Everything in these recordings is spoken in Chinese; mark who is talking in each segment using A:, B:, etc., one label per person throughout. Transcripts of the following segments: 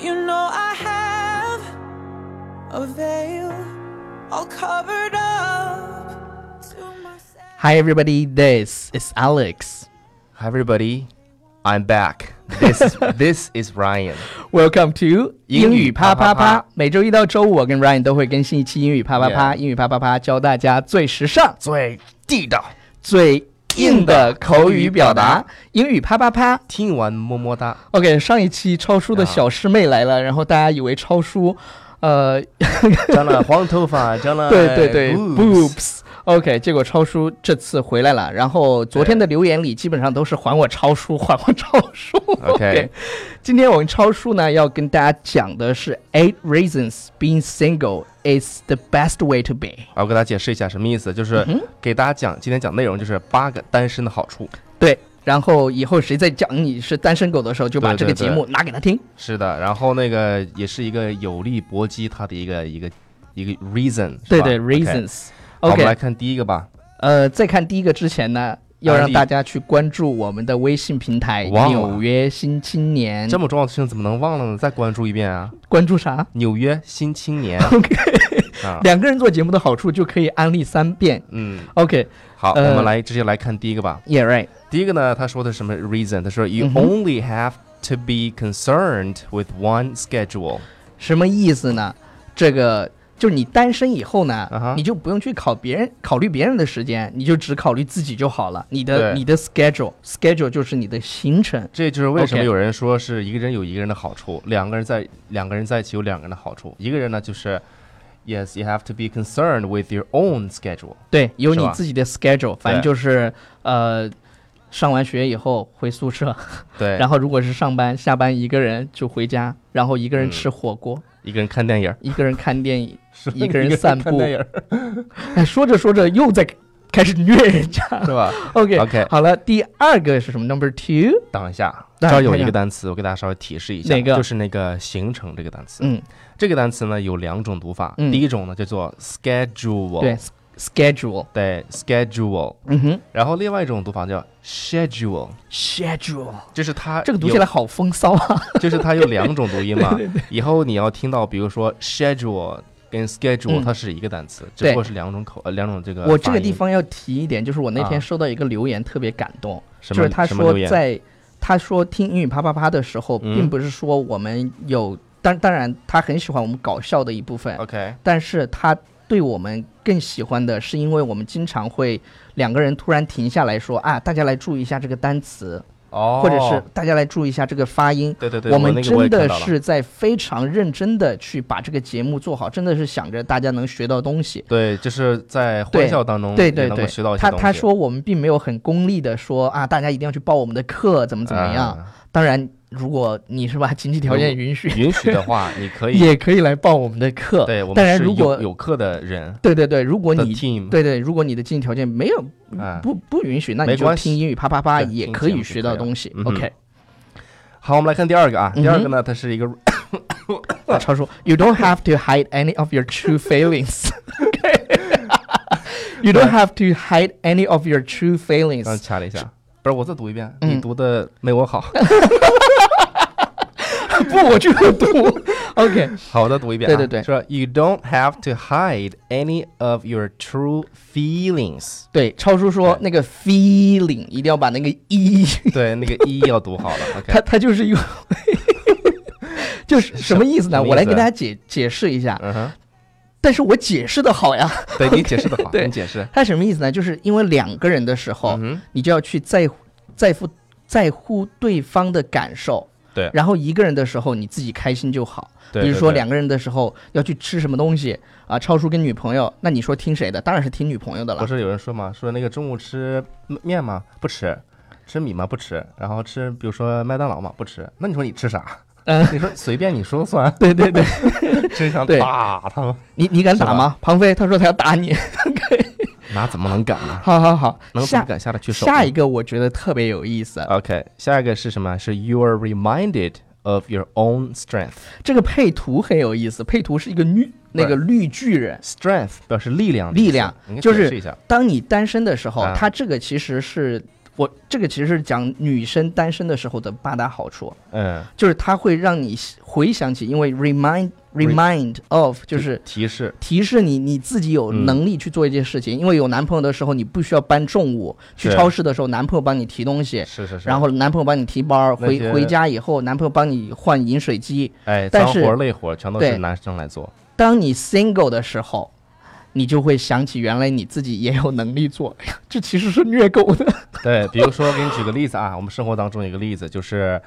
A: You know I have a veil all covered up to myself.
B: Hi, everybody. This is Alex.
C: Hi everybody, I'm back. This this is Ryan.
B: Welcome to
C: 英语啪啪啪
B: 每周一到周五，我跟 Ryan 都会更新一期英语啪啪啪。
C: Yeah
B: 英语啪啪啪教大家最时尚、
C: 最地道，
B: 最硬的口语表达。英语啪啪啪。
C: 听完么么哒。
B: OK，上一期超叔的小师妹来了，然后大家以为超叔，呃，
C: 长了黄 头发，长了
B: 对对对
C: boobs
B: ，boobs。OK，结果超叔这次回来了，然后昨天的留言里基本上都是还我超叔，还我超叔。
C: OK
B: 今天我们超叔呢要跟大家讲的是 Eight Reasons Being Single Is the Best Way to Be。
C: 啊我给大家解释一下什么意思，就是
B: 嗯
C: 给大家讲今天讲内容就是八个单身的好处。
B: 对，然后以后谁再讲你是单身狗的时候，就把
C: 对
B: 这个
C: 对
B: 节
C: 对
B: 目拿给他听。
C: 是的，然后那个也是一个有力搏击他的一个一个一个 reason 是吧。
B: 对
C: OK，
B: ，Reasons。
C: 好我们来
B: OK，
C: 看第一个吧。
B: 呃，在看第一个之前呢。要
C: 啊
B: 让大家去关注我们的微信平台《
C: 忘了
B: 纽约新青年》
C: 哦这，么重要的事情怎么能忘了呢？再关注一遍啊！
B: 关注啥？
C: 纽约新青年
B: OK
C: 啊，
B: 两个人做节目的好处就可以安利三遍。
C: 嗯，
B: OK，Yeah、
C: 好，
B: 呃
C: 我们来直接来看第一个吧。
B: right。
C: 第一个呢，他说的什么 reason？他说 you
B: 嗯哼
C: only have to be concerned with one schedule。
B: 什么意思呢？这个就是你单身以后呢
C: 啊哈
B: 你就不用去考别人考虑别人的时间，你就只考虑自己就好了。你的
C: 对
B: 你的 schedule schedule 就是你的行程。
C: 这就是为什么
B: OK
C: 有人说是一个人有一个人的好处，两个人在两个人在一起有两个人的好处。一个人呢就是 yes you have to be concerned with your own schedule。
B: 对，有
C: 是
B: 你
C: 吧
B: 自己的 schedule，反正就是呃。上完学以后回宿舍，
C: 对，
B: 然后如果是上班，下班一个人就回家，然后一个人
C: 嗯
B: 吃火锅，
C: 一个人看电影，
B: 一个人看电影。
C: 是吧
B: 一个 人散步
C: 看电影
B: 哎，说着说着又在开始虐人家。
C: 是吧
B: OK，,
C: ？OK，
B: 好了，第二个是什么？Number two，
C: 等一下，这
B: 那
C: 儿有
B: 看一
C: 一
B: 下
C: 个单词，我给大家稍微提示一下，
B: 哪个
C: 就是那个行程这个单词。
B: 嗯，
C: 这个单词呢有两种读法，
B: 嗯
C: 第一种呢叫做 schedule，
B: 对，schedule，
C: 对 schedule。
B: 嗯哼
C: 然后另外一种读法叫 schedule，
B: ，schedule，
C: 就是它
B: 这个读
C: 有
B: 起来，好风骚啊。
C: 就是它有两种读音 嘛。以后你要听到，比如说 schedule 跟 schedule，、
B: 嗯
C: 它是一个单词，只
B: 对
C: 不过是两种口呃两种这个发 音。
B: 我这个地方要提一点，就是我那天
C: 啊
B: 收到一个留言，特别感动，
C: 什
B: 就
C: 么
B: 是他
C: 什么
B: 说
C: 留言
B: 在他说听英语啪啪啪的时候，
C: 嗯
B: 并不是说我们有，当当然他很喜欢我们搞笑的一部分，
C: OK
B: 但是他对我们更喜欢的是，因为我们经常会两个人突然停下来说啊，大家来注意一下这个单词，
C: 哦，
B: 或者是大家来注意一下这个发音。
C: 对对对，
B: 我
C: 我
B: 们
C: 那个
B: 真
C: 我也
B: 的
C: 看到了
B: 是在非常认真的去把这个节目做好，真的是想着大家能学到东西。
C: 对，就是在
B: 对
C: 欢笑当中
B: 对
C: 嗯也
B: 对
C: 能
B: 对
C: 够学到，一些
B: 他
C: 东
B: 他
C: 西
B: 说我们并没有很功利的说啊，大家一定要去报我们的课，怎么怎么样。
C: 啊
B: 当然，如果你是吧，经济条件
C: 如
B: 允许，
C: 允许 的话，你 可以。
B: 也可以来报我们的课。
C: 对，我
B: 当
C: 们
B: 然
C: 是
B: 如果
C: 有有课的人
B: 对对对，如果
C: 的
B: 你
C: team，
B: 对对，如果你的经济条件没有
C: 哎
B: 不不允许，那
C: 没
B: 你就
C: 关系
B: 听英语啪啪啪
C: 对
B: 也
C: 听
B: 可
C: 节
B: 以
C: 目就
B: 学
C: 可
B: 到
C: 以了
B: 东西。
C: 嗯哼
B: OK，
C: 好，我们来看第二个啊，第二
B: 嗯
C: 个
B: 哼
C: 呢，它是一个
B: 啊超叔，You don't have to hide any of your true feelings. You don't have to hide any of your true
C: 刚
B: feelings.
C: 掐了一下，不是我再读一遍，
B: 嗯
C: 你读的没我好。
B: 不，我就有毒。OK，
C: 好，我再读一遍、啊。
B: 对对对。
C: 说 You don't have to hide any of your true feelings
B: 对，超叔说
C: 对
B: 那个 feeling 一定要把那个 e，
C: 对，那个一要读好了。
B: 它
C: OK，
B: 它就是一个，就是什么意思呢？
C: 什么意思
B: 我来给大家解解释一下，
C: 嗯哼，
B: 但是我解释的好呀。
C: 对你解释的好，
B: 对
C: 你解释。
B: 它什么意思呢？就是因为两个人的时候，
C: 嗯哼，
B: 你就要去在乎、在乎、在乎对方的感受。
C: 对
B: 然后一个人的时候，你自己开心就好。
C: 对
B: 比如
C: 对
B: 说
C: 对
B: 两个人的时候要去吃什么东西啊，超叔跟女朋友，那你说听谁的？当然是听女朋友的
C: 不
B: 了。
C: 是有人说嘛，说那个中午吃面吗？不吃。吃米吗？不吃。然后吃，比如说麦当劳嘛，不吃。那你说你吃啥？
B: 嗯，。
C: 你说随便你说算
B: 对对对，
C: 真想
B: 对
C: 打他们，
B: 你你敢
C: 是吧
B: 打吗？庞飞他说他要打你。
C: 那怎么能敢呢？
B: 好好好，
C: 能怎么
B: 下
C: 敢下得去手呢？
B: 下一个我觉得特别有意思，
C: OK，下一个是什么？是 You are reminded of your own strength。
B: 这个配图很有意思，配图是一个绿那个绿巨人。
C: Strength 表示力量的意思，
B: 力量
C: 你可以
B: 就是
C: 解释一下。
B: 当你单身的时候，
C: 啊
B: 它这个其实是。我这个其实是讲女生单身的时候的八大好处，
C: 嗯，
B: 就是它会让你回想起，因为 remind remind of 就是
C: 提示，
B: 提示你你自己有
C: 嗯
B: 能力去做一件事情，因为有男朋友的时候你不需要搬重物，去
C: 是
B: 超市的时候男朋友帮你提东西，
C: 是是是，
B: 然后男朋友帮你提包，
C: 那
B: 回
C: 些
B: 回家以后男朋友帮你换饮水机。
C: 哎，
B: 但
C: 脏
B: 是
C: 活累活全都
B: 对
C: 是男生来做，
B: 当你 single 的时候。你就会想起，原来你自己也有能力做，哎这其实是虐狗的。
C: 对，比如说给你举个例子啊，我们生活当中有一个例子就是，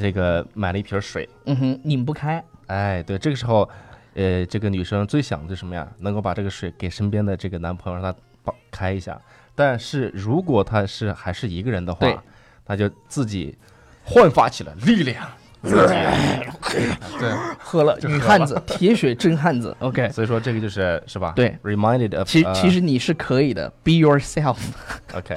C: 这个买了一瓶水，
B: 嗯哼，拧不开，
C: 哎，对，这个时候，呃，这个女生最想的是什么呀？能够把这个水给身边的这个男朋友，让他帮开一下。但是如果他是还是一个人的
B: 对
C: 话，他就自己焕发起了 力量。自己对，
B: 喝了
C: 就
B: 女
C: 喝
B: 汉
C: 了
B: 子， 铁血真汉子。OK，
C: 所以说这个就是是吧？
B: 对
C: ，reminded of
B: 其
C: 呃
B: 其实你是可以的，be yourself。
C: OK，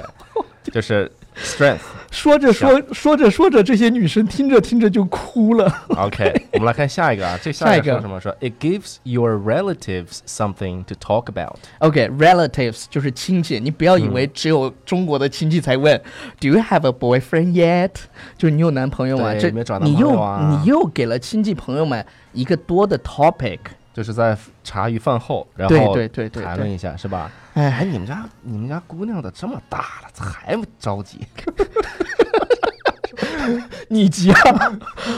C: 就是 strength。
B: 说着说说着说着，这些女生听着听着就哭了。
C: OK，我们来看下一个啊，这
B: 下一
C: 一
B: 个
C: 个说什么？说 it gives your relatives something to talk about。
B: OK，relatives、就是亲戚，你不要以为
C: 嗯
B: 只有中国的亲戚才问、Do you have a boyfriend yet？就是你有男朋友吗？
C: 对
B: 这
C: 有没有找男
B: 你
C: 朋
B: 又
C: 友啊
B: 你又给了亲戚朋友们一个多的 topic。
C: 就是在茶余饭后，然
B: 对
C: 后
B: 对对对
C: 谈
B: 对
C: 论一下，是吧？
B: 哎
C: 哎，你们家你们家姑娘咋这么大了，咋还不着急？
B: 你急啊？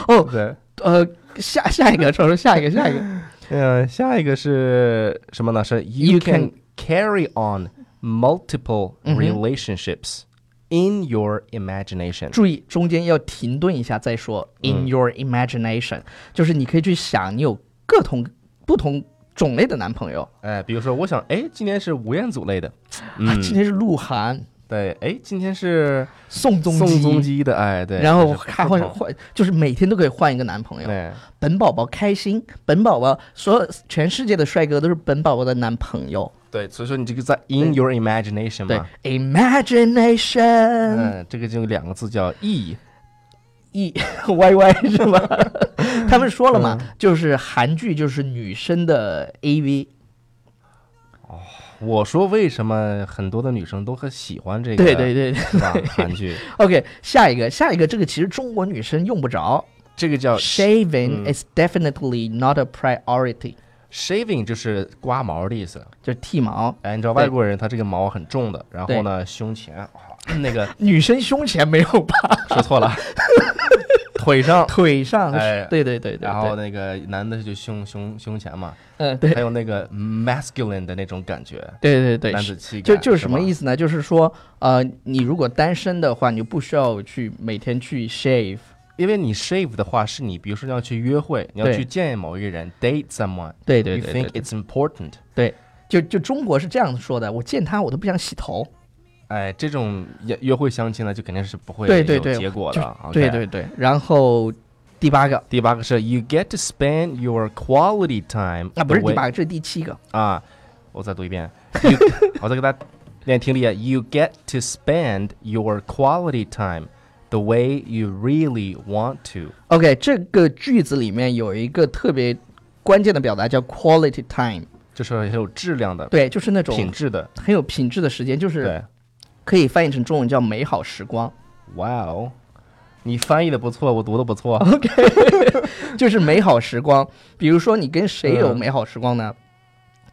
B: 哦，
C: 对，
B: 呃，下下一个，说说下一个，下一个。
C: 嗯，下一个是什么呢？是
B: You
C: you can Mm-hmm carry on multiple
B: 嗯哼
C: relationships in your imagination。
B: 注意中间要停顿一下再说。In
C: 嗯
B: your imagination，、就是你可以去想，你有各同不同种类的男朋友、
C: 哎，比如说，我想，哎，今天是吴彦祖类的，
B: 啊
C: 嗯，，
B: 今天是鹿晗、
C: 对，哎，今天是
B: 宋仲基，
C: 宋仲基的，哎，对，
B: 然后
C: 就是
B: 还
C: 不
B: 换
C: 同
B: 换，就是每天都可以换一个男朋友。
C: 对，
B: 本宝宝开心，本宝宝所有全世界的帅哥都是本宝宝的男朋友。
C: 对，所以说你这个在 in your imagination
B: 对
C: 嘛，
B: ，imagination
C: 嗯，这个就有两个字叫 e
B: e y y 是吧？ 他们说了嘛，
C: 嗯
B: 就是韩剧就是女生的 A V。
C: 我说为什么很多的女生都很喜欢这个，
B: 对对对对。
C: 是吧？韩 剧
B: OK，下一个，下一个，这个其实中国女生用不着。
C: 这个叫嗯
B: Shaving is definitely not a priority，
C: shaving，就是刮毛的意思。
B: 就是剃毛。
C: 哎，你知道
B: 对
C: 外国人他这个毛很重的，然后呢胸前啊、那个
B: 女生胸前没有 吧？
C: 说错了，腿上，
B: 腿上是，
C: 哎
B: 对对对对对。
C: 然后那个男的就胸胸胸前嘛，
B: 嗯，对
C: 还有那个 masculine 的那种感觉，
B: 对对对
C: 男子，气概
B: 就就是
C: 是
B: 什么
C: 吧
B: 意思呢？就是说，呃，你如果单身的话，你就不需要去每天去 shave。
C: 因为你 shave 的话，是你比如说要去约会，你要
B: 对
C: 去见某一个人，date someone，
B: 对对
C: you
B: 对
C: think
B: 对
C: it's important，
B: 对，就就中国是这样说的，我见他我都不想洗头。
C: 哎，这种约约会相亲呢，就肯定是不会
B: 对对
C: 有
B: 对，
C: 结果
B: 就
C: 的。OK
B: 对对对。然后第八个
C: 第八个是 you get to spend your quality time，
B: 啊，不是第
C: away-
B: 八个，这是第七个。
C: 啊，我再读一遍 ，you, 我再给大家练听力啊，you get to spend your quality time the way you really want to，
B: OK，这个句子里面有一个特别关键的表达叫 quality time，
C: 就是很有质量的、
B: 对，就是那种
C: 品质的，
B: 很有品质的时间，就是
C: 对。
B: 可以翻译成中文叫美好时光，
C: 哇哦，你翻译的不错，我读的不错。
B: 哦 就是美好时光。比如说你跟谁有
C: 嗯
B: 美好时光呢？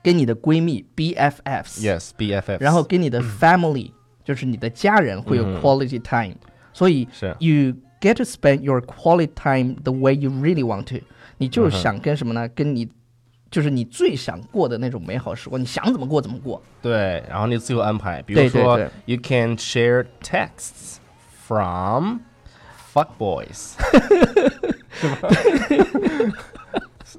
B: 跟你的闺蜜 BFFs，、
C: Yes, BFF。
B: 然后跟你的 family，、就是你的家人会有
C: 嗯
B: quality time，、所以
C: 是
B: you get to spend your quality time the way you really want to。你就
C: 嗯
B: 是
C: 哼
B: 想跟什么呢？跟你就是你最想过的那种美好时光，你想怎么过怎么过。
C: 对，然后你自由安排，比
B: 对
C: 如
B: 对
C: 说
B: 对
C: you can share texts from fuck boys，是吧？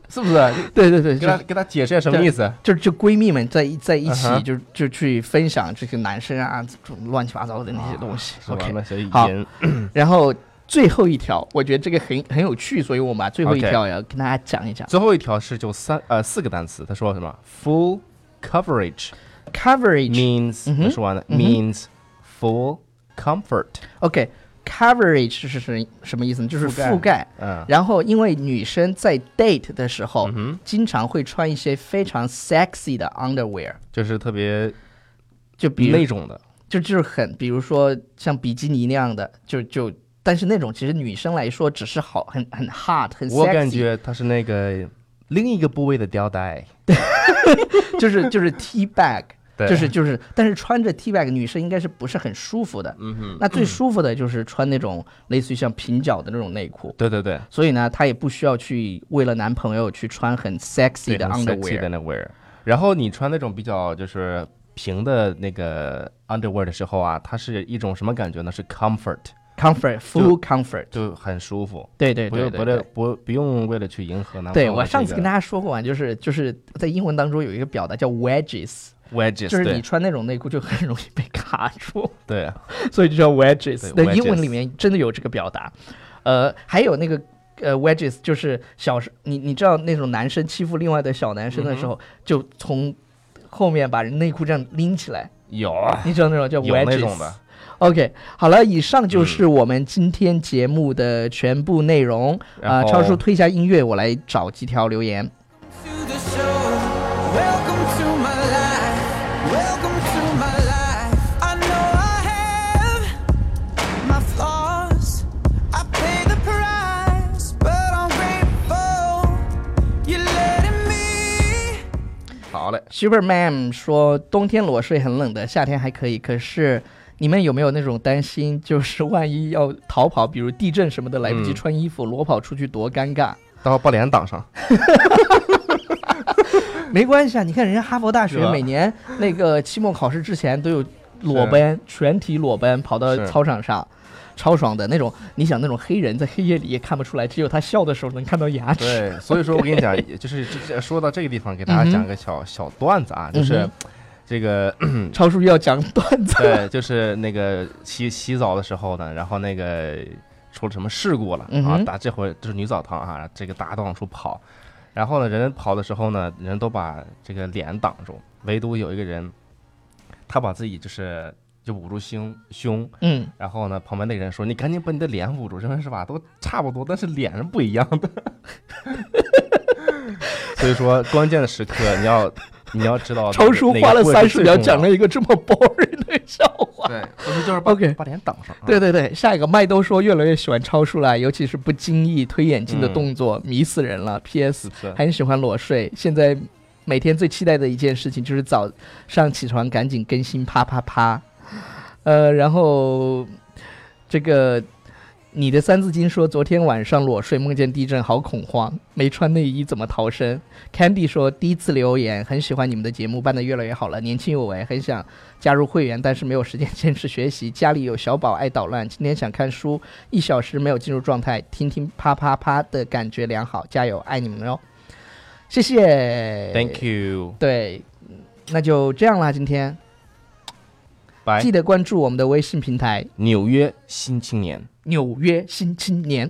C: 是不是？
B: 对对对，
C: 给
B: 就
C: 他
B: 是
C: 给他解释一下什么意思？
B: 就就闺蜜们在一在一起
C: 嗯，哼
B: 就就去分享这些男生啊，这种乱七八糟的那些东西。
C: 啊是吧
B: OK，
C: 那小
B: 好
C: 人
B: 然后最后一条，我觉得这个很很有趣，所以我们把最后一
C: OK
B: 条也要跟大家讲一讲。
C: 最后一条是就三呃四个单词，他说什么？Full coverage
B: Coverage，OK，Coverage
C: means
B: 嗯哼
C: 他说完了 means full comfort，
B: 是什什么意思呢？就是
C: 覆盖
B: 覆盖。
C: 嗯，
B: 然后，因为女生在 date 的时候，经常会穿一些非常 sexy 的 underwear，
C: 就是特别
B: 就比如
C: 那种的，
B: 就就是很，比如说像比基尼那样的，就就，但是那种其实女生来说只是好，很很 hard，很 sexy，
C: 我感觉它是那个另一个部位的吊带，
B: 就是就是 T bag，
C: 对，
B: 就是就是，但是穿着 T bag 女生应该是不是很舒服的。
C: 嗯哼，
B: 那最舒服的就是穿那种类似于像平角的那种内裤，
C: 对对对，
B: 所以呢，她也不需要去为了男朋友去穿很 sexy
C: 对
B: 的
C: 很 sexy
B: underwear，
C: 的 underwear。然后你穿那种比较就是平的那个 underwear 的时候啊，它是一种什么感觉呢？是 comfort，
B: comfort full comfort，
C: 就很舒服，
B: 对对
C: 不
B: 对
C: 用
B: 对
C: 不
B: 对
C: 用。不不用为了去迎合男朋
B: 对
C: 友
B: 我
C: 的这
B: 上次
C: 个
B: 跟大家说过啊，就是就是在英文当中有一个表达叫 wedges，
C: wedges，
B: 就是你
C: 对
B: 穿那种内裤就很容易被卡住，
C: 对，
B: 所以就叫 wedges
C: 对。
B: 那
C: wedges
B: 英文里面真的有这个表达，呃，还有那个呃 wedges，就是小时你你知道那种男生欺负另外的小男
C: 嗯
B: 生的时候，就从后面把人内裤这样拎起来，
C: 有
B: 你知道那种叫
C: 有那
B: 啊 wedges
C: 种的。嗯
B: OK，好了，以上就是我们今天节目的全部内容啊、
C: 然后
B: 超叔推一下音乐，我来找几条留言。
A: to the show. Welcome to my life. Welcome to my life. I know I have my flaws. I pay the price, but I'm grateful. You're letting me.
C: 好嘞，
B: Superman 说：“冬天裸睡很冷的，夏天还可以。可是你们有没有那种担心，就是万一要逃跑，比如地震什么的，来不及
C: 嗯
B: 穿衣服，裸跑出去多尴尬？
C: 到把脸 挡上。
B: 没关系啊，你看人家哈佛大学
C: 嗯是吧
B: 每年那个期末考试之前都有裸奔，全体裸奔跑到
C: 是
B: 操场上。”超爽的那种，你想那种黑人在黑夜里也看不出来，只有他笑的时候能看到牙齿。
C: 对，所以说我跟你讲，也就是这这说到这个地方，给大家讲个小小段子啊，就是
B: 嗯
C: 这个
B: 超叔要讲段 子，
C: 对，就是那个洗洗澡的时候呢，然后那个出了什么事故了、
B: 嗯
C: 啊
B: 哼？
C: 打这回就是女澡堂啊，这个大家都往出跑，然后呢，人跑的时候呢，人都把这个脸挡住，唯独有一个人，他把自己就是就捂住胸胸，
B: 嗯，
C: 然后呢，旁边那个人说：“你赶紧把你的脸捂住，认为是吧？都差不多，但是脸是不一样的。” 所以说，关键的时刻你要你要知道哪个，
B: 超叔
C: 哪个
B: 花了
C: 部位
B: 三
C: 是
B: 十
C: 最
B: 秒
C: 重要
B: 讲了一个这么 boring 的笑话。
C: 对，所以就是把
B: OK
C: 把脸挡上。啊
B: 对对对，下一个麦兜说越来越喜欢超叔了，尤其是不经意推眼镜的动作，迷死人了。P.S.
C: 是不是？
B: 很喜欢裸睡，现在每天最期待的一件事情就是早上起床赶紧更新啪啪啪。呃，然后这个你的三字经说昨天晚上裸睡梦见地震，好恐慌，没穿内衣怎么逃生？Candy 说第一次留言，很喜欢你们的节目，办得越来越好了，年轻有为，很想加入会员，但是没有时间坚持学习，家里有小宝爱捣乱，今天想看书，一小时没有进入状态，听听啪啪啪的感觉良好，加油，爱你们哟，谢谢
C: Thank you，
B: 对，那就这样啦，今天
C: 拜
B: 记。得关注我们的微信平台《
C: 纽约新青年。
B: 纽约新青年》。